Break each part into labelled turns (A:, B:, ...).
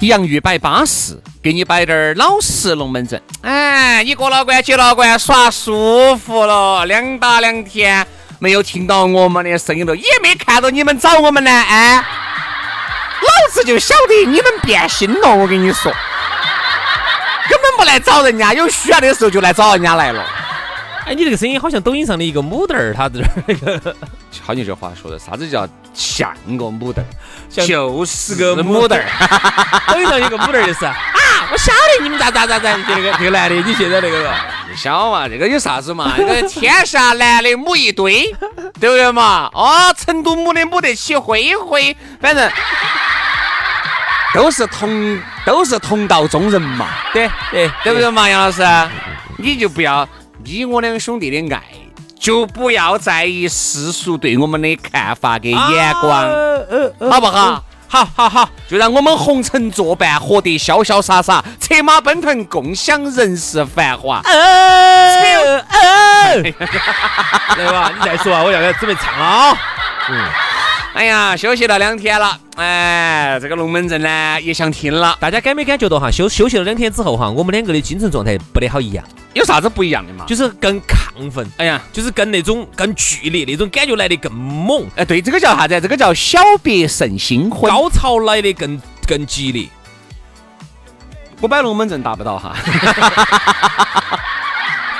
A: 洋芋摆巴适，给你摆点儿老实龙门阵。哎，你过老关去老关耍舒服了，两打两天没有听到我们的声音了，也没看到你们找我们呢。哎，老子就晓得你们变心了，我跟你说，根本不来找人家，有需要的时候就来找人家来了。
B: 哎，你这个声音好像抖音上的一个母蛋儿，她在这儿那个
A: 瞧你这话说的，啥子叫像个母蛋儿？
B: 像
A: 就是
B: 个
A: 母
B: 母
A: 蛋
B: 蛋
A: 儿。
B: 抖音上有一个母蛋儿就是啊，我晓得你们咋咋咋咋，就那个那个男的，你现在那个
A: 你晓嘛，这个有啥子嘛？这 个天下男的母一堆，对不对嘛？哦，成都母的母得起灰灰，反 正都是同都是同道中人嘛，
B: 对对
A: 对不对嘛？杨老师，你就不要你我两兄弟的爱，就不要在意世俗对我们的看法跟眼
B: 啊
A: 光，好不好？
B: 好好好，
A: 就让我们红尘作伴，活得潇潇洒洒，策马奔腾，共享人世繁华。
B: 呃呃，对吧？你再说啊，我要要准备唱了啊。
A: 哎呀，休息了两天了，哎，这个龙门阵呢也想听了，
B: 大家感没感觉到哈？休休息了两天之后哈，我们两个的精神状态不得好一样，
A: 有啥子不一样的嘛？就
B: 就是更亢奋，
A: 哎呀，
B: 就是更那种更剧烈，那种感觉来得更猛，
A: 哎，对，这个叫啥子？这个叫小别胜新婚。
B: 高潮来得更更激烈。
A: 我摆龙门阵达不到哈，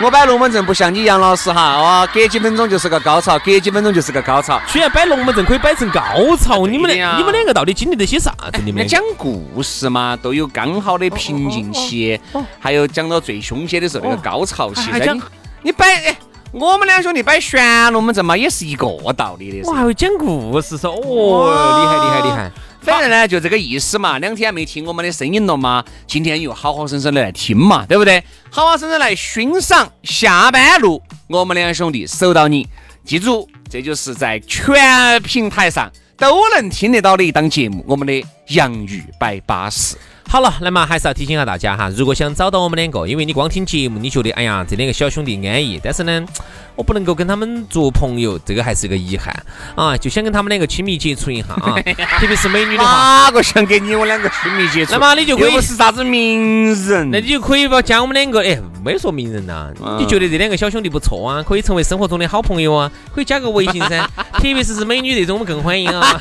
A: 我摆龙门阵不像你杨老师哈，哦，隔几分钟就是个高潮，隔几分钟就是个高潮。
B: 虽然摆龙门阵可以摆成高潮，你们
A: 啊对的呀哎
B: 两你们两个到底经历了些啥子？你们
A: 那
B: 两个
A: 讲故事嘛，都有刚好的瓶颈期，
B: 哦
A: 还有讲到最凶险的时候那个高潮期。
B: 啊还
A: 哎
B: 讲
A: 你你摆，哎我们两兄弟摆悬龙门阵嘛，也是一个道理的。是
B: 我
A: 吧
B: 还会讲故事说，哦，厉害厉害厉害！
A: 反正呢，就这个意思嘛。两天没听我们的声音了嘛，今天又好好生生的来听嘛，对不对？好好生生来欣赏下班路，我们两兄弟守到你。记住，这就是在全平台上都能听得到的一档节目，我们的洋芋摆巴士。
B: 好了，那么还是要提醒一下大家哈，如果想找到我们两个，因为你光听节目，你觉得哎呀这两个小兄弟安逸，但是呢，我不能够跟他们做朋友，这个还是个遗憾啊。就想跟他们两个亲密接触一下啊，特别是美女的话，
A: 哪个想跟你我两个亲密接触？
B: 那么你就可以
A: 又不是啥子名人，
B: 那你就可以把加我们两个，哎，没说名人呐、
A: 嗯
B: 你觉得这两个小兄弟不错啊，可以成为生活中的好朋友啊，可以加个微信噻，特别是是美女这种，我们更欢迎啊。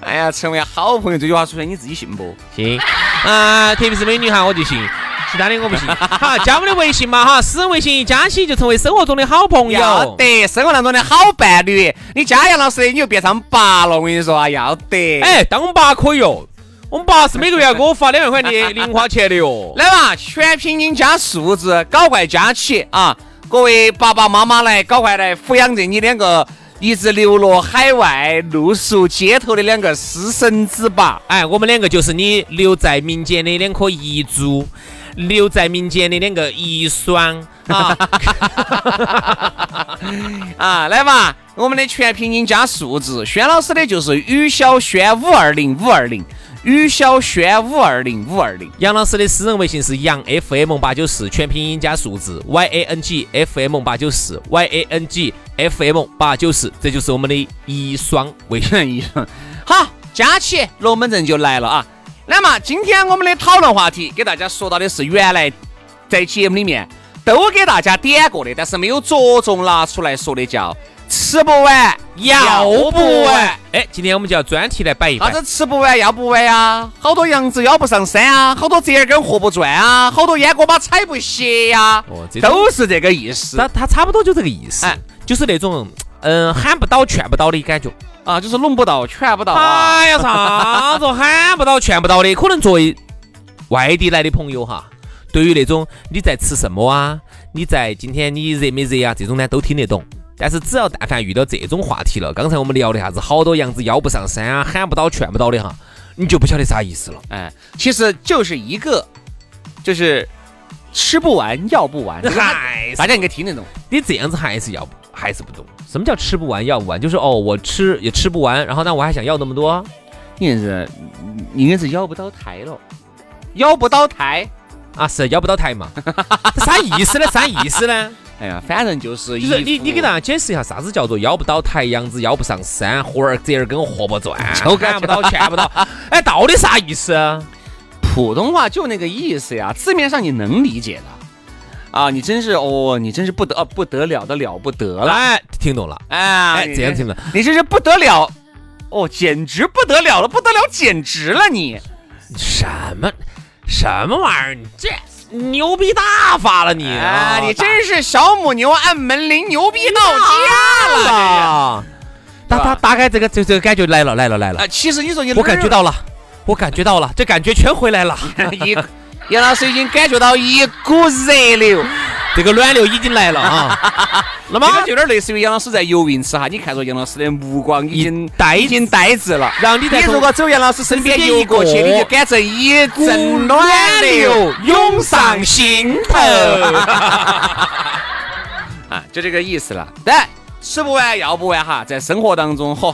A: 哎呀，成为好朋友这句话说出来，你自己信不？
B: 行，啊、特别是美女哈，我就信，其他的我 不信。好，加我们的微信嘛哈，私人微信一加起就成为生活中的好朋
A: 要
B: 友。
A: 得，生活当中的好伴侣，你加杨老师的，你就变成八了。我跟你说啊，要得。
B: 哎，当我们爸可以哦，我们爸是每个月要给我发两万 块的零花钱的哟。
A: 来嘛，全拼音加数字，搞怪加起啊！各位爸爸妈妈来，搞快来抚养着你两个一直流落海外、露宿街头的两个私生子吧！
B: 哎，我们两个就是你留在民间的两颗遗珠，留在民间的两个遗孀啊。
A: 啊，来嘛，我们的全拼音加数字，轩老师的就是于小轩五二零五二零，于小轩五二零五二零。
B: 杨老师的私人微信是杨 FM 八九四，全拼音加数字 Y A N G F M 八九四 Y A N G F M 八九四，这就是我们的遗孀微信。
A: 好，佳琪，龙门阵就来了啊！那么今天我们的讨论话题给大家说到的是原来在节目里面都给大家点过的，但是没有着重拿出来说的叫吃不完，要不完。
B: 哎，今天我们就要专题来摆一
A: 啥
B: 摆。
A: 子吃不完要不完呀？好多羊子咬不上山啊，好多折耳根活不转啊，好多烟锅巴踩不斜呀、
B: 哦这种
A: 都是这个意思
B: 他他差不多就这个意思
A: 哎，
B: 就是那种嗯喊不倒劝不倒的感觉。
A: 啊，就是弄不到，劝不到啊。
B: 哎呀，啥子喊不到劝不到的？可能作为外地来的朋友哈，对于那种你在吃什么啊，你在今天你热没热啊这种呢，都听得懂。但是只要但凡遇到这种话题了，刚才我们聊的啥子好多羊子腰不上山啊，喊不到劝不到的哈，你就不晓得啥意思 了。
A: 哎，其实就是一个，就是吃不完，要不完。这个
B: 嗨
A: 大家应该听得懂。
B: 你这样子还是要不还是不懂，什么叫吃不完要不完？就是哦，我吃也吃不完，然后呢我还想要那么多，
A: 你硬是，你硬是咬不到台了，咬不到台。
B: 啊，是要不到 台嘛？啥意思呢？啥意思呢？
A: 哎呀，反正就是
B: 就是你，
A: 一副
B: 你给大家解释一下，啥子叫做腰不倒台，羊子腰不上山，活儿折耳根活不转，
A: 就该
B: 看不到，劝不到，哎，到底啥意思？
A: 普通话就那个意思呀，字面上你能理解的啊，你真是哦，你真是不得、哦、不得了的了不得了，
B: 哎，听懂了，
A: 哎
B: 哎，这样听懂了，
A: 你真是不得了，哦，简直不得了了，不得了，简直了你，
B: 什么什么玩意儿？你这牛逼大发哎了你
A: 啊，你真是小母牛按门铃，牛逼到家了啊
B: 了！大大大概这个这这个感觉来了来了来！了，
A: 哎其实你说你，
B: 我感觉，到了，我感觉到了，这感觉全回来了，
A: 一，杨老师已经感觉到一股热流。
B: 这个暖流已经来了 啊！那么
A: 这个就有点类似于杨老师在游泳池哈，你看着杨老师的目光已经
B: 一呆
A: 已经呆滞了。
B: 让你再
A: 你
B: 从
A: 如果走杨老师身边游过去，你就感成一阵暖流涌上心头。啊，就这个意思了。但吃不完要不完哈，在生活当中嚯，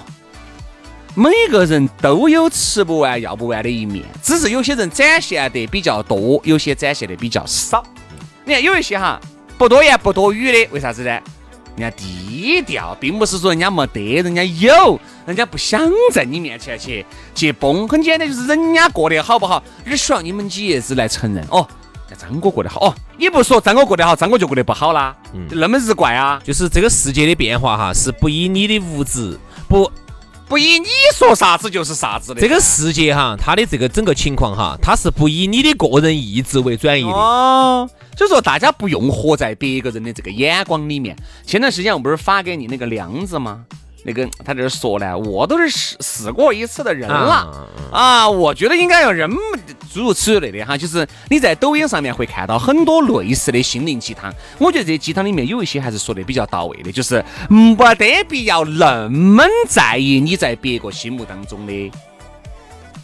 A: 每个人都有吃不完要不完的一面，只是有些人展现得比较多，有些展现得比较少。你看有一些哈，不多言不多语的，为啥子呢？人家低调，并不是说人家没得，人家有，人家不想在你面前去去崩。很简单，就是人家过得好不好，只需要你们几爷子来承认哦。那张哥过得好哦，你不说张哥过得好，张哥就过得不好啦，那么日怪啊，
B: 就是这个世界的变化哈，是不以你的物质不
A: 不以你说啥子就是啥子的。
B: 这个世界哈，它的这个整个情况哈，它是不以你的个人意志为转移的。
A: 哦，所以说大家不用活在别个人的这个眼光里面。前段时间我不是发给你那个梁子吗？那个他在这说呢，我都是死死过一次的人了啊我觉得应该有人诸如此类的哈，就是你在抖音上面会看到很多类似的心灵鸡汤。我觉得这些鸡汤里面有一些还是说的比较到位的，就是没得必要那么在意你在别个心目当中的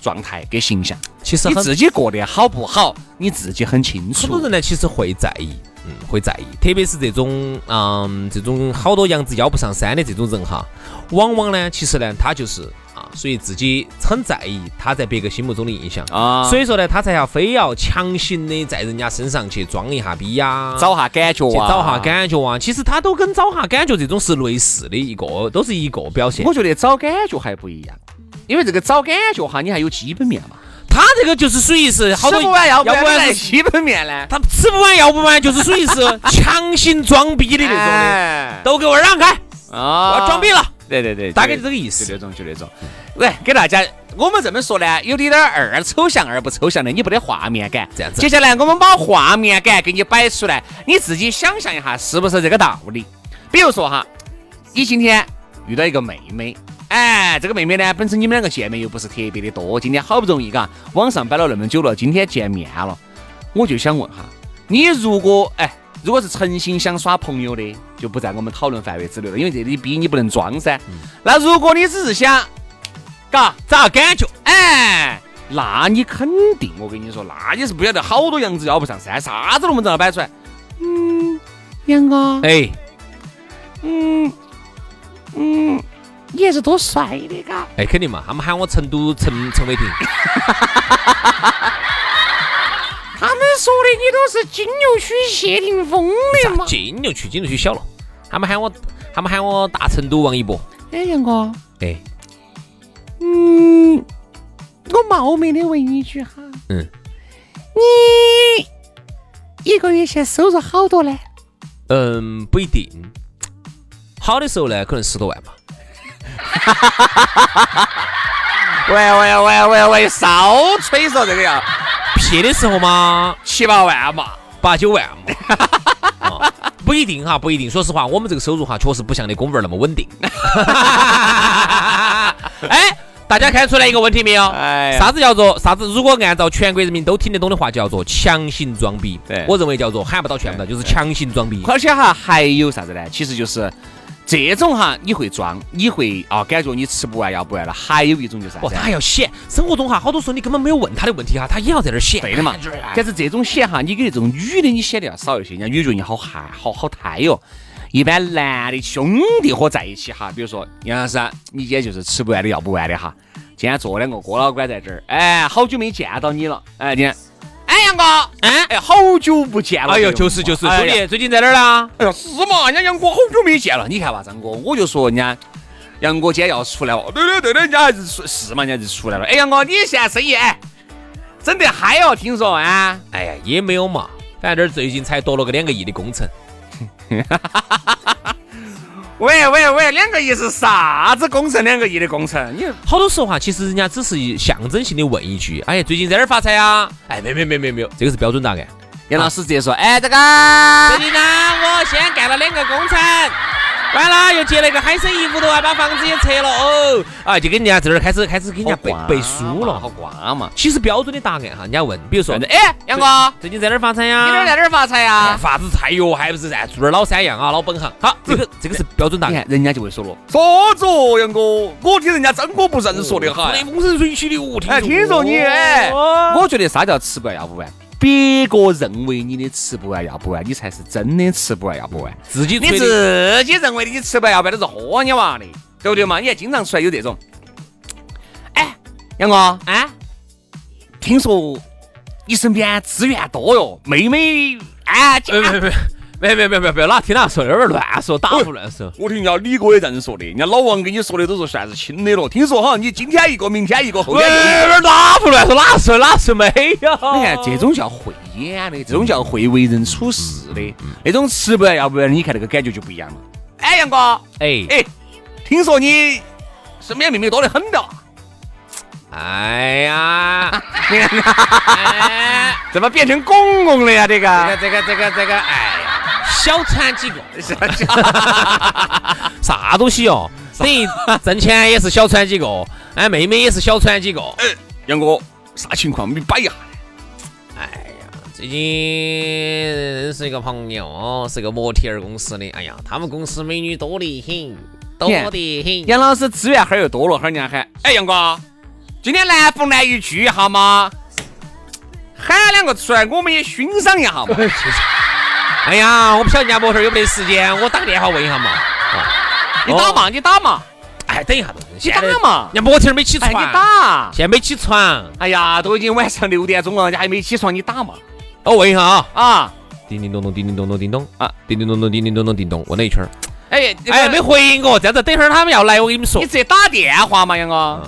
A: 状态跟形象。
B: 其实
A: 你
B: 很
A: 自己过得好不好，你自己很清楚。
B: 很多人呢，其实会在意，嗯，会在意，特别是这种，嗯，这种好多羊子腰不上山的这种人哈，往往呢，其实呢，他就是啊，属于自己很在意他在别个心目中的印象
A: 啊
B: 所以说呢，他才要非要强行的在人家身上去装一下逼呀、
A: 找下感觉
B: 去
A: 啊，
B: 找下。感觉啊。其实它都跟找下感觉这种是类似的一个，都是一个表现
A: 我。觉得找感觉还不一样，因为这个找感觉哈，你还有基本面嘛。
B: 它这个就是属于是好多
A: 吃不完要不
B: 要不
A: 然
B: 然是
A: 基本面呢？
B: 他吃不完要不完，就是属于是强行装逼的那种
A: 哎
B: 的，都给我让开，我
A: 啊
B: 要装逼了，
A: 对对对，
B: 大概就这
A: 个
B: 个意
A: 就
B: 思。
A: 那种就那种。喂，给大家，我们这么说呢，有点点二抽象二不抽象的，你不得画面感。
B: 这样子
A: 接下来我们把画面感给你摆出来，你自己想象一下是不是这个道理？比如说哈，你今天遇到一个妹妹，哎，这个妹妹呢，本身你们两个见面又不是特别的多，今天好不容易嘎，网上摆了那么久了，今天见面了，我就想问哈，你如果哎，如果是诚心想耍朋友的，就不在我们讨论范围之内了，因为这里逼你不能装噻。
B: 嗯
A: 那如果你只是想，嘎，
B: 咋个感觉？
A: 哎，那你肯定，我跟你说，那你是不晓得好多羊子要不上山，啥子龙门阵要摆出来。嗯，杨哥，
B: 哎，
A: 嗯嗯，你还是多帅的嘎。
B: 哎，肯定嘛，他们喊我成都陈陈伟霆，
A: 他们说的你都是金牛区谢霆锋的
B: 咋金牛区金牛区小了，他们喊我他们喊我大成都王一博，
A: 哎，杨哥，
B: 哎，
A: 嗯，我冒昧的问一句哈，
B: 嗯，
A: 你一个月前收入好多呢？
B: 嗯，不一定，好的时候呢，可能十多万吧。
A: 喂喂喂喂喂，少吹嗦这个要
B: 撇的时候嘛，
A: 七八万嘛，
B: 八九万嘛。 啊不一定哈，不一定。说实话，我们这个收入哈，确实不像那公务员那么稳定。 哎，大家看出来一个问题没有？
A: 哎呀
B: 啥子叫做啥子？如果按照全国人民都听得懂的话，叫做强行装逼。
A: 对
B: 我认为叫做喊不到劝不到，就是强行装逼。
A: 而且哈还有啥子呢？其实就是这种哈，你会装，你会啊，感觉你吃不完要不完了。还有一种就是啥
B: 哦，
A: 子啊
B: 他？还要显，生活中哈，好多时候你根本没有问他的问题哈，他也要在那儿显。
A: 对的嘛。
B: 啊
A: 但是这种显哈，你给那种女的你显得要少一些，人家女的觉得你好嗨，好好胎哟。一般男的兄弟伙在一起哈，比如说杨老师，你今天就是吃不完的要不完的哈。今天坐两个郭老倌在这儿，哎，好久没见到你了，哎，今天，哎，杨哥，哎，哎，好久不见了。
B: 哎呦，就是就是，
A: 哎呀
B: 兄弟，最近在哪儿啦？
A: 哎呀，是嘛，人家杨哥好久没见了。你看吧，张哥，我就说人家杨哥今天要出来哦。对的，对的，人家还是出是嘛，人家就出来了。哎，杨哥，你现在生意哎，真的嗨哦，听说啊？
B: 哎呀，也没有嘛，反正这儿最近才夺了个两个亿的工程。
A: 喂喂喂，两个亿是啥子工程？两个亿的工程？你
B: 好多时候哈，其实人家只是象征性的问一句：“哎呀，最近在哪儿发财啊？”哎，没没没没没有，这个是标准答案。
A: 杨老师直接说，哎，这个
B: 最近呢，我先干了两个工程，完了又接了一个海参一屋头，还把房子也拆了哦。啊，就跟人家这儿开始开始给人家背背书
A: 好
B: 了。
A: 瓜嘛。
B: 其实标准的答案哈，人家问，比如说，
A: 哎，杨哥，
B: 最近在哪儿发财
A: 你这
B: 呀？
A: 儿啊在哪儿发财
B: 哎
A: 呀？
B: 法子菜哟，还不是在做点老三样啊，老本行。好，这个这个是标准答
A: 哎你
B: 案。
A: 看人家就会说了，说着杨哥，我听人家张哥不认说的哈。
B: 风生水起的哦，
A: 哎，听说你，哎，我觉得啥叫吃不完要不完？别个认为你的吃不完要不完，你才是真的吃不完要不完。
B: 自己
A: 你
B: 吹的
A: 自己认为的你吃不完要不完，都是豁你娃的，对不对嘛？你看经常出来有这种，哎，杨哥，
B: 啊？
A: 听说你身边资源多哟，妹妹，哎，
B: 没没没没没没没没，哪听哪说，那边乱说，打胡乱说。
A: 我听人家李哥也这样说的，人家老王跟你说的都是算是亲的了。听说哈，你今天一个，明天一个，后天又一个。
B: 那边打胡乱说，哪说哪说没有？
A: 你看这种叫会演的，这种叫会为人处事的，那种吃不来要不然，你看那个感觉就不一样了。哎，杨哥，
B: 哎
A: 哎，听说你身边妹妹多得很的，
B: 哎呀，
A: 怎么变成公公了呀？这个，哎
B: 这个这个这个，哎呀，小产几个，啥东西哦？等于挣钱也是小穿几个，哎，妹妹也是小穿几个。
A: 杨哥啥情况？你摆一下。
B: 最近认识一个朋友，哦，是个模特儿公司的，哎呀，他们公司美女多得很，多得很。
A: 杨老师资源哈儿又多了，哈儿人家喊，哎，杨哥，今天难逢难遇聚一下嘛，喊两个出来，我们也欣赏一下嘛。
B: 哎呀，我不晓得人家模特儿有没得时间，我打个电话问一下嘛。
A: 你打嘛，你打嘛，
B: 哎，等一下，
A: 你
B: 你
A: 打嘛
B: 人，家模特儿没起
A: 哎，
B: 床，
A: 你打。
B: 现在没起床。
A: 哎呀，都已经晚上六点钟了，人家还没起床，你打嘛？
B: 我问一下啊，
A: 啊，
B: 叮叮咚咚，叮叮咚咚，叮咚
A: 啊，
B: 叮叮咚咚，叮叮咚咚，叮咚，问了一圈儿，
A: 哎，那个
B: 哎，没，回应我，这样子，等会儿他们要来，我跟你们说
A: 你直。接打电话嘛，杨哥。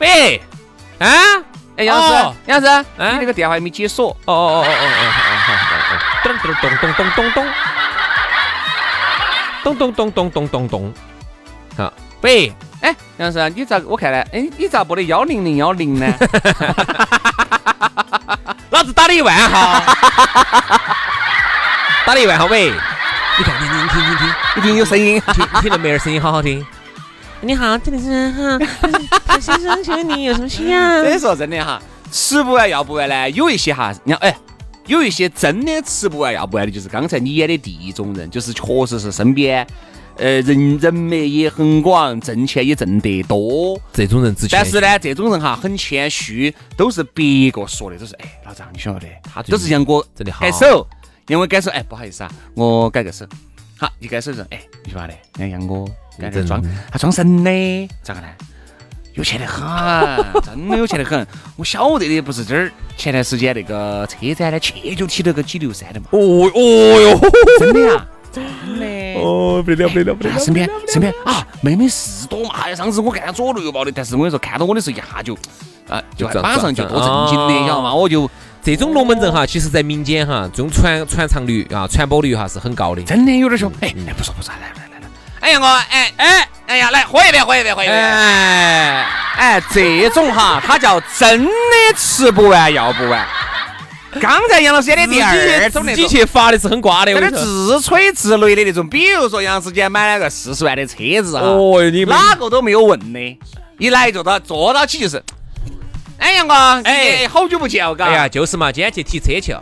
B: 喂，啊，
A: 哎，杨老
B: 哦
A: 师，杨老师，
B: 哎
A: 你那个电话还没解锁。
B: 哦哦哦哦哦哦哦哦，噔噔咚咚咚咚咚，咚咚咚咚咚咚咚，好，喂，
A: 哎，杨老师，你咋？我看呢，哎，你咋拨的幺零零幺零呢？
B: 老子打了一万哈，打了一万哈，喂，你看，你你你听你听。
A: 一定有声音。
B: 听听了妹儿声音好好听。
C: 你好，这里是哈，唐先生，请问你有什么需要？
A: 所以说真的哈，吃不完要不完呢，有一些哈，你看，哎。有一些真的吃不完要不完的，就是刚才你演的第一种人，就是确实是身边，呃，人人脉也很广，挣钱也挣得多，
B: 这种人之前，
A: 但是，呢，这种人哈很谦虚，都是别个说的，都是哎，老张你晓得，
B: 他最
A: 都
B: 近
A: 是杨哥
B: 真的好
A: 改手，杨哥改手，哎，不好意思啊，我改个手，好，你改手人，哎，你晓得，人家杨哥改
B: 真
A: 的装，他装神的，咋个呢？有钱得很，真的有钱得很。 我晓得的不是这儿，前段时间那个车展呢，去就提了个几六三的嘛，
B: 哦哦哟，
A: 真的呀，真的。
B: 哦，不得了不得了不得
A: 啊，身边身边啊，妹妹是多嘛？哎呀，上次我看她左搂右抱的，但是我跟你说，看到我的时候，一下就啊，就
B: 就
A: 马上就
B: 撞
A: 多正经的，
B: 啊
A: 你知道吗？我就
B: 这种龙门阵哈，其实在民间哈，这种传传唱率啊、传播率哈是很高的。
A: 真的有点凶。哎，哎，不说不说，来来来来，哎呀我哎哎哎呀来喝一杯喝一杯喝一杯。哎哎，这种哈，他叫真的吃不完要不完。刚才杨老师演的第二种那
B: 自己
A: 种。
B: 去发的是很瓜的，
A: 在
B: 我
A: 那
B: 跟
A: 儿
B: 你说。
A: 自吹自擂的那种，比如说杨子坚买了个四十万的车子哈，
B: 哦，你们
A: 哪个都没有问的，一来坐到坐到起就是，哎杨哥，哎，好久不见哦，嘎，
B: 哎呀，就是嘛，今天去提车去啊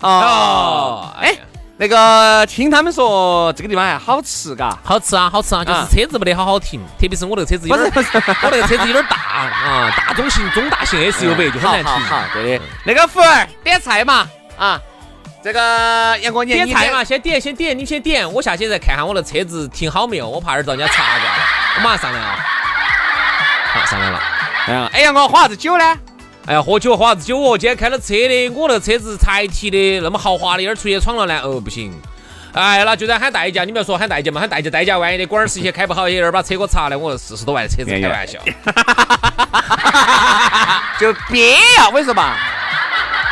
B: 了。
A: 哦，哎，那个听他们说这个地方还好吃，嘎，
B: 好吃啊，好吃啊，就是
A: 啊
B: 车子没得好好停，特别是哎我那个车子有点儿，
A: 不是不是
B: 我那个车子有点儿大啊，大中型、中大型 SUV 就很难
A: 哎好好好
B: 停。，
A: 对的。那个服务员点菜嘛，啊，这个杨哥你
B: 点菜嘛，，先点，先点，你先点，我下去再看下我的车子停好没有，我怕点儿遭人家查过来。我马上上来啊，好，上来了。
A: 哎呀，哎杨哥喝啥子酒呢？
B: 哎呀，喝酒喝啥子酒哦？今天开了车的，我那个车子才提的，那么豪华的，有点出去闯了呢。哦，不行。哎，那就得喊代驾，你们要说喊代驾嘛，喊代驾，代驾万一的管儿时些开不好，有点把车给我砸了，我四十多万的车子，开玩笑。
A: 就憋呀，我跟你说嘛，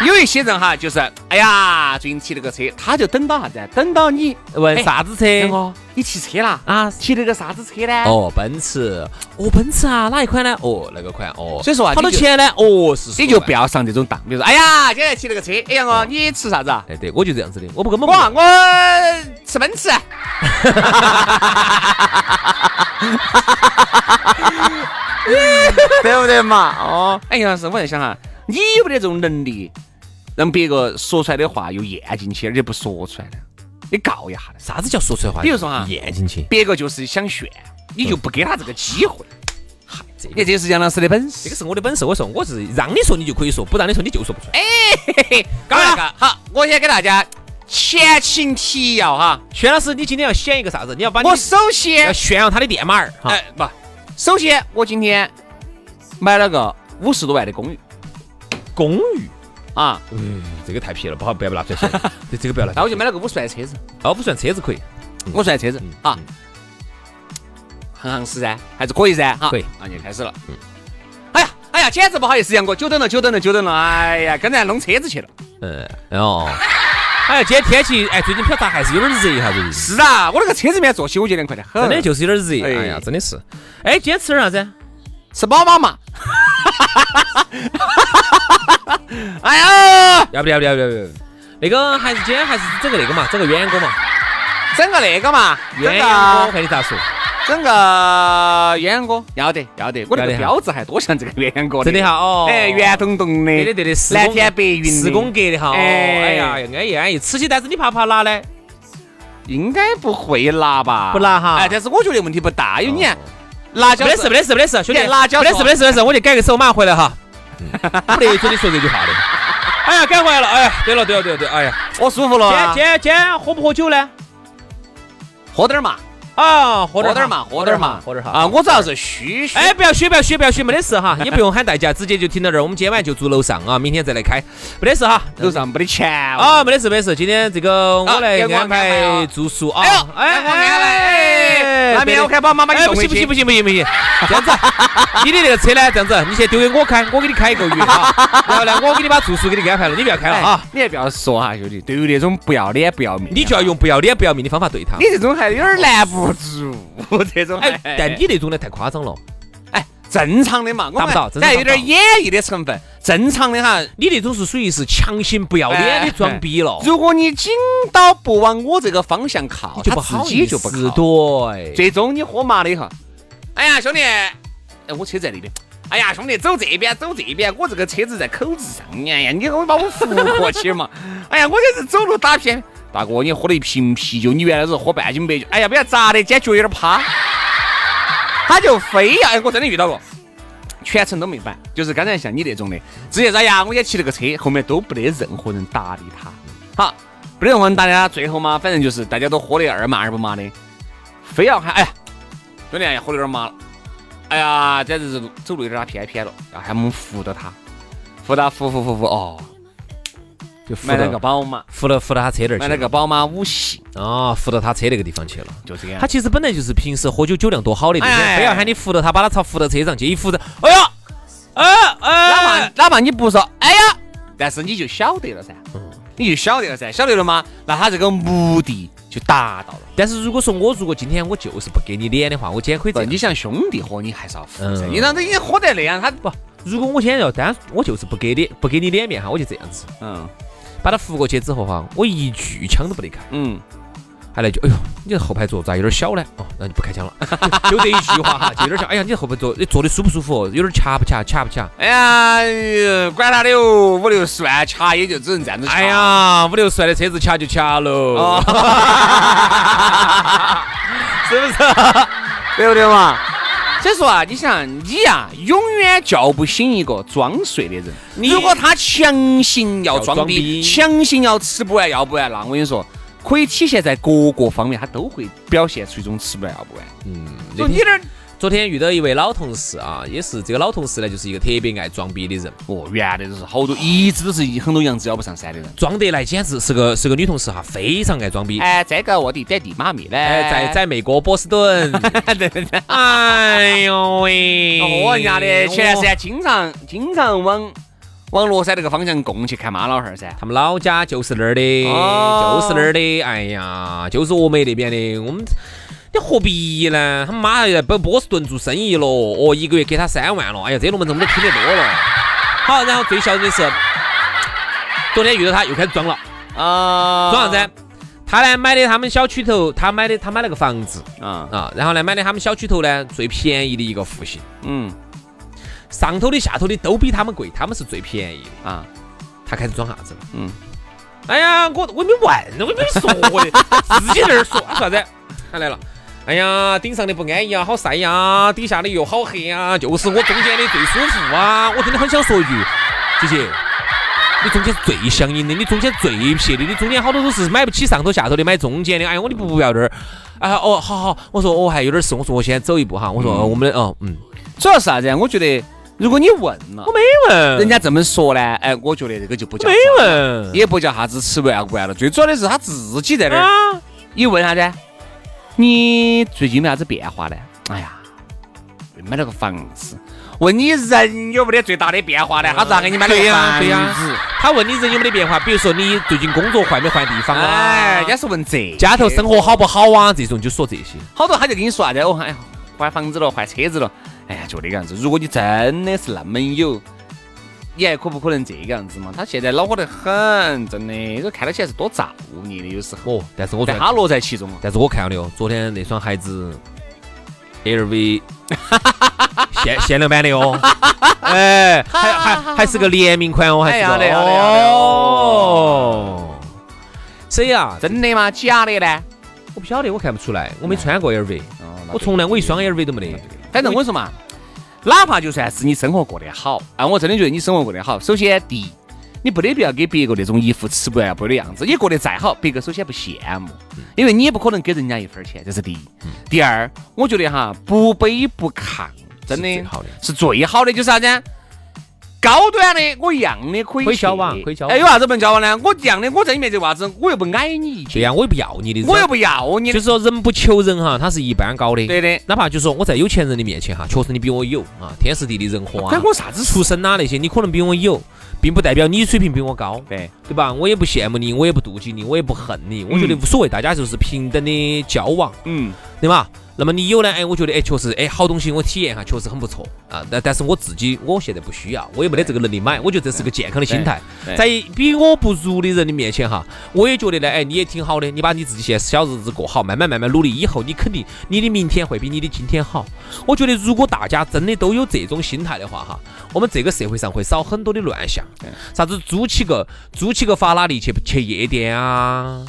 A: 有一些人哈，就是哎呀，最近骑了个车，他就等到啥子啊？等到你
B: 问啥子车
A: 杨？哥，你骑车啦？
B: 啊，
A: 骑了个啥子车呢？
B: 哦，奔驰，哦，奔驰啊，哪一款呢？哦，那个款，哦，
A: 所以说啊
B: 好多
A: 你就
B: 钱呢？哦，是，
A: 你就不。要上这种当，比如说，哎呀，今天骑了个车，哎杨哥，你吃啥子啊？
B: 哎，对，我就这样子的，我不根本
A: 我
B: 不
A: 啊我吃奔驰， 对不对嘛？哦，哎，杨老师，我在想哈，你有没得这种能力，让别个说出来的话又咽进去，而且不说出来的？你告一下的，
B: 啥子叫说啊出来话？
A: 比如说哈
B: 咽进去，
A: 别个就是想炫，你就不给他这个机会。
B: 嗨，这
A: 你
B: 个
A: 看，这是杨老师的本
B: 这
A: 事
B: 个。是我的本事。我说我是让你说你就可以说，不让你说你就说啊不出来。哎，
A: 刚那个好，我先给大家前情提要哈。
B: 轩老师，你今天要选一个啥子？你要把啊你啊
A: 我首先
B: 要炫耀他的电马儿哈。
A: 哎，不，首先我今天买了个五十多万的公寓
B: 公寓，
A: 啊，
B: 嗯，这个太撇了，不好，不要拿出来 说。这这个不要拿出
A: 那
B: 来。
A: 我就买了个五十万的车子，
B: 哦，不算车子可以，
A: 五十万的车子
B: 嗯
A: 啊，很行市噻，还是可以噻，哈，
B: 可以
A: 啊，就开始了，嗯，哎呀，哎呀，简直不好意思，杨哥，久等了，久等了，久等了，哎呀，刚才弄车子去了，
B: 嗯，哦。哎呀，今天天气，哎，最近飘咋还是有点热哈，最近。
A: 是啊，我那个车子里面坐起我觉得凉快得很，
B: 真的就是有点热，
A: 哎
B: 哎呀，真的是。哎，今天吃点啥子？
A: 是宝马嘛， 哎呀，
B: 要不要不要不要不要。那个还是今天还是整个那个嘛，整个鸳鸯锅嘛，
A: 整个那个嘛，整
B: 鸳鸯锅
A: 个
B: 看你咋说，
A: 整个鸳鸯锅要得要得，我那
B: 要得
A: 个
B: 哈
A: 标志还多像这个鸳鸯锅
B: 真的哈哦，
A: 哎，圆洞洞的，
B: 对的对的，四
A: 蓝
B: 宫
A: 天白云的
B: 四宫格的哈，哦
A: 哎
B: 哎呀，安逸安逸，吃起但是你怕不怕辣呢？
A: 应该不会辣吧？
B: 不辣哈
A: 哎，但是我觉得问题不大，因为你看
B: 哦
A: 辣椒
B: 没得事没得事没得事，兄弟，
A: 点辣椒嗯
B: 没得事没得事没得事，我去改个手，马上回来哈。不得准你说这句话的。 哎呀，改回来了，哎呀，对了对了对了对了，哎呀，
A: 我舒服了
B: 今
A: 啊
B: 天今，天今天喝不喝酒呢？
A: 喝点儿嘛，
B: 啊，喝
A: 喝
B: 点
A: 点儿嘛，喝点儿嘛，
B: 喝点儿哈。
A: 啊！我主要是虚虚，
B: 哎，，不要虚，不要虚，不要虚，没得 事哈，也不用喊代驾，直接就停到这儿。我们今晚就住楼上啊，明天再来开，没得事哈。
A: 楼上没得钱啊！
B: 啊，没得事，没得事。今天这个我来
A: 嗯啊给我
B: 安
A: 安排
B: 排
A: 啊
B: 住宿啊。
A: 哎呦，哎，我安排，哎那边我开把妈妈给
B: 哎，
A: 你
B: 不
A: 送回
B: 行不行
A: 去
B: 不。行不行不行，这 样子，你的那个车呢，这样子，你先丢给我开，我给你开一个月啊，然后呢，我给你把住宿给你安排了，你不要开了啊
A: 哎，，你也不要说哈，兄弟，对于那种不要脸不要命，
B: 你就要用不要脸不要命的方法对他
A: 你。这种还有点拦不住，这种还
B: 哎，但你那种呢太夸张了，
A: 哎，正常的嘛，我们
B: 达不到正常
A: 但有
B: 达不
A: 点
B: 到
A: 演绎的成分，正常的哈。
B: 你那种是属于是强行不要脸的装逼了，
A: 如果你紧到不往我这个方向靠，
B: 你哦就
A: 他
B: 不好
A: 自己
B: 意思
A: 就不靠。
B: 对，
A: 最终你喝麻了以后，哎呀，兄弟，哎，我车在那边。哎呀，兄弟，走这边，走这边，我这个车子在口子上。哎呀，你给我把我扶过去嘛！ 哎呀，我这是走路打偏。大哥，你喝了一瓶啤酒，你原来是喝半斤白酒。哎呀，不要砸的，今天脚有点趴。 他就非要，哎，我真的遇到过，全程都没摆，就是刚才像你那种的，直接说哎呀，我先骑了个车，后面都不得任何人搭理他。好，不得任何人搭理他，最后嘛，反正就是大家都喝的二麻二不麻的，非要喊哎呀，兄弟哎呀喝的有点麻了，哎呀，这是走路有点偏偏了，然后喊我们扶着他，扶他扶扶扶扶哦，
B: 就扶
A: 买了个
B: 到
A: 宝马，
B: 扶到扶到他车那儿
A: 买
B: 去
A: 了个
B: 了，
A: 宝马五系，
B: 啊，扶到他车那个地方去了。
A: 就这样
B: 他。其实本来就是平时喝酒酒量多好的，那
A: 哎
B: 天非要喊你扶到他，把他朝扶到车上去，一扶着，哎呀，哎
A: 哪怕
B: 哎，
A: 哪怕你不说，哎呀，但是你就晓得了噻，你就晓得了噻，晓得了吗？那他这个目的就达到了。
B: 但是如果说我如果今天我就是不给你脸的话，我今天可以这
A: 不，
B: 样。
A: 你像兄弟伙，你还是要服噻。
B: 嗯
A: 你让他已经喝得那样，他不，
B: 如果我今天要单，我就是不给脸，不给你脸面哈，我就这样子，
A: 嗯
B: 把他扶过去之后哈，我一句枪都不得开，
A: 嗯，
B: 还来一句，哎呦，你这后排座咋有点小呢？哦，那就不开枪了， 就就这一句话哈，就有点像，哎呀，你这后排座你坐的舒不舒服？有点卡不卡？卡不卡？
A: 哎呀哎呀，管他的哟，五六十万卡也就只能站着。
B: 哎，呀，五六十万的车子卡就卡喽，
A: 哦
B: 是不是？
A: 对不对嘛？所以说啊，你想你呀、永远叫不醒一个装睡的人。
B: 你
A: 如果他强行要装逼，
B: 要装逼
A: 强行要吃不完要不完，那我跟你说，可以体现在各个方面，他都会表现出一种吃不完要不完。
B: 那
A: 就
B: 天
A: 你这儿
B: 昨天遇到一位老同事啊，也是这个老同事呢，就是一个特别爱装逼的人，
A: 哦，原来就是好多一直都是很多羊子咬不上山的人。
B: 装得来简直是个是个女同事哈，非常爱装逼。
A: 哎，这个我的爹地妈咪呢？
B: 哎，在在美国波士 顿， 哎呦喂
A: 哦，我人家的前段时间经常经常往往乐山那个方向供去看妈老汉儿噻。
B: 他们老家就是那儿的，
A: 哦
B: 就是那儿的。哎呀，就是峨眉那边的。我们你何必呢？他妈的，在波士顿做生意了，哦，一个月给他三万了。哎呀，这龙门阵我们都听得多了。好，然后最笑人的是，昨天遇到他又开始装了，
A: 啊
B: 装啥子？他呢买的他们小区头，他买的他买了个房子
A: 啊，
B: 啊，然后呢买的他们小区头呢最便宜的一个户型，
A: 嗯
B: 上头的下头的都比他们贵，他们是最便宜的。
A: 啊，
B: 他开始装啥子了？
A: 嗯，
B: 哎呀，我我也没问，我也没说的，自己在那儿说啥子？他来了。哎呀，顶上的不安逸啊，好晒呀、底下的又好黑呀、就是我中间的最舒服啊！我真的很想说一句，姐姐，你中间是最相应的，你中间最哎撇的，你中间好多都是买不起上头下头的，买中间的。哎呀，我你不要这儿，哎呀哦，好好，我说我还有点事，我说我先走一步哈，我说、哦我们的哦嗯，
A: 主要是啥子啊？我觉得如果你问了，
B: 没问
A: 人家这么说呢，哎，我觉得这个就不叫
B: 没问，
A: 也不叫啥子吃不完不完了。最主要的是他自己在那儿，
B: 啊，
A: 一问啥子？你最近有啥子变化呢？哎呀，买了个房子。问你人有没得最大的变化呢？他咋给你买了个
B: 啊对呀
A: 房
B: 对呀
A: 子？
B: 他问你人有没得变化，比如说你最近工作换没换地方啊？
A: 哎，人家是问这
B: 家头生活好不好啊？这种就说这些。
A: 好多他就跟你说啥子，我哎呀，换房子了，换车子了，哎呀，就那个样子。如果你真的是那么有，你还可不可能这个样子嘛？他现在恼火得很，真的，这看得起来是多造孽的，有时候。
B: 哦，但是我
A: 但
B: 看，
A: 他乐在其中啊。
B: 但是我看了的哦，昨天那双鞋子，LV 限限量版的哦， 哎，还还还是个联名款哦，还是
A: 哎好的
B: 个
A: 好的好的
B: 哦。所以啊，
A: 真的吗？假的呢？
B: 我不晓得，我看不出来，我没穿过 LV，
A: 哦
B: 我从来我一双 LV 都没得。
A: 反正我说嘛，哪怕就算是你生活过得好啊，我真的觉得你生活过得好。首先，第一，你没得必要给别个那种一副吃不完不的样子。你过得再好，别个首先不羡慕，
B: 嗯
A: 因为你也不可能给人家一分钱，这是第一。第二，我觉得哈，不卑不亢，真
B: 是最
A: 的
B: 好的
A: 是最好的，就是啥子？高端的我一样的可以
B: 可以交
A: 去
B: 往可以交往
A: 哎，有啥子不能交往呢？我一样的，我在你面前为啥子？我又不矮你一
B: 对
A: 截，
B: 呀，我也不要你的，
A: 我又不要你
B: 就，是说人不求人哈，他是一般高的。
A: 对的。
B: 哪怕就说我在有钱人的面前哈，确实你比我有啊，天时地利人和啊，
A: 关我啥子
B: 出身呐那些，你可能比我有，并不代表你水平比我高，
A: 对，
B: 对吧？我也不羡慕你，我也不妒忌你，我也不恨你，我觉得无所谓，大家就是平等的交往，
A: 嗯，
B: 对吧？那么你有呢？哎，我觉得哎，确实哎，好东西我体验一下，确实很不错啊。但但是我自己我现在不需要，我也没得这个能力买，我觉得这是个健康的心态。
A: 对对
B: 在比我不如的人的面前哈，我也觉得呢，哎，你也挺好的，你把你自己现在小日子过好，慢慢慢慢努力，以后你肯定你的明天会比你的今天好。我觉得如果大家真的都有这种心态的话哈，我们这个社会上会少很多的乱象，啥子租起个租起个法拉利去去夜店啊。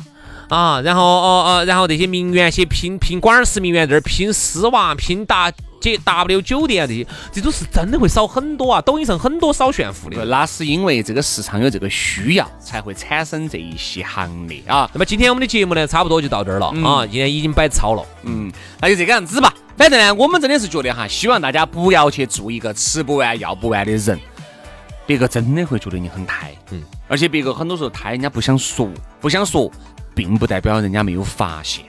B: 啊，然后哦哦，然后那些名媛些拼拼管儿式名媛在这儿拼丝袜、拼大姐 W 酒店啊这些，这种是真的会少很多啊！抖音上很多少炫富的
A: 不，。那是因为这个市场有这个需要，才会产生这一些行列啊。
B: 那么今天我们的节目呢，差不多就到这儿了、啊，今天已经摆超了。
A: 嗯，那就这个样子吧。反正呢，我们真的是觉得哈，希望大家不要去做一个吃不完、要不完的人，别个真的会觉得你很胎。嗯
B: 嗯，
A: 而且别个很多时候胎，人家不想说，不想说，并不代表人家没有发现。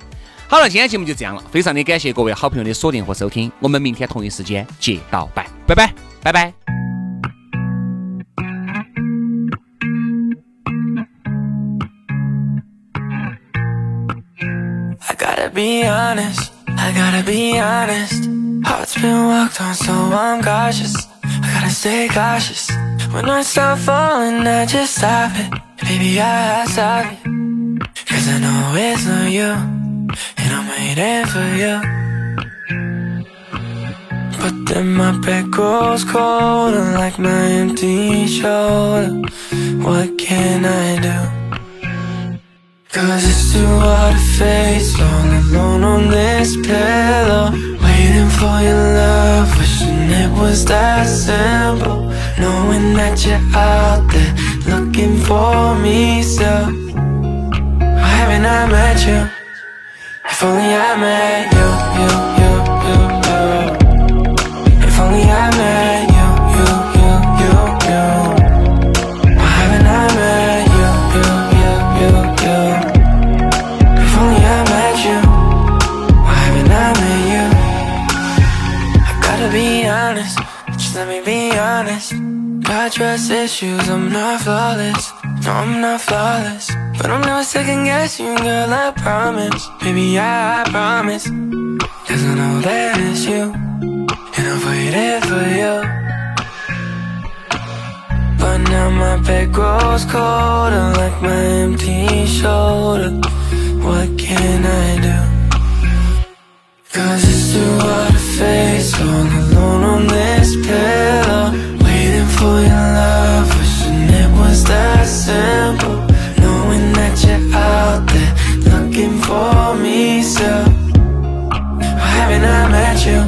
A: 好了，今天节目就这样了，非常的感谢各位好朋友的锁定和收听，我们明天同一时间接到拜，拜拜，拜拜。
D: Thank gotta be honest. I gotta be honest. Heart's been walked on, so I'm cautious. I gotta stay cautious. When I start falling, I just stop it. Baby, I, I stop it. Cause I know it's not you. And I'm waiting for you. But then my bed grows colder like my empty shoulder. What can I do? Cause it's too hard to face All alone on this pillow Waiting for your love Wishing it was that simple Knowing that you're out there Looking for me so Why haven't I met you? If only I met you, you, you, you, you If only I met you, you, you, you, you Why haven't I met you, you, you, you, you if only I met you, why haven't I met you? I gotta be honest, just let me be honest. Got trust issues, I'm not flawless. No, I'm not flawless. But I'm never second guessing, girl, I promise. Baby, I, I promise. Cause I know that it's you, and I've waited for you. But now my bed grows colder like my empty shoulder. What can I do? Cause it's too hard to face all alone on this pillow. Waiting for your love, wishing it was that simple. Knowing that you're out there looking for me, so why haven't I met you?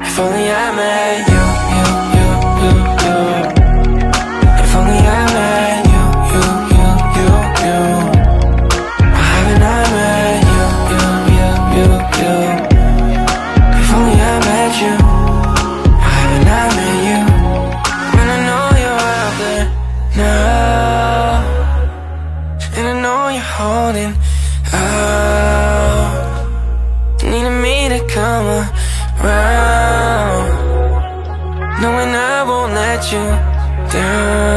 D: If only I met you, you, you, you, you. If only I met you, you, you, you, you. Why haven't I met you, you, you, you, you? If only I met you. Why haven't I met you? When I know you're out there now, and I know you're holding out, needing me to come around, knowing I won't let you down.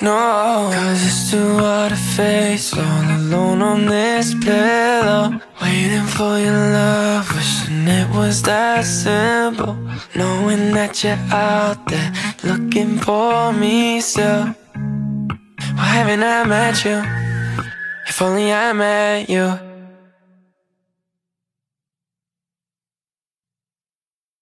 D: No, cause it's too hard to face all alone on this pillow. Waiting for your love, wishing it was that simple. Knowing that you're out there looking for me, so why haven't I met you? If only I met you.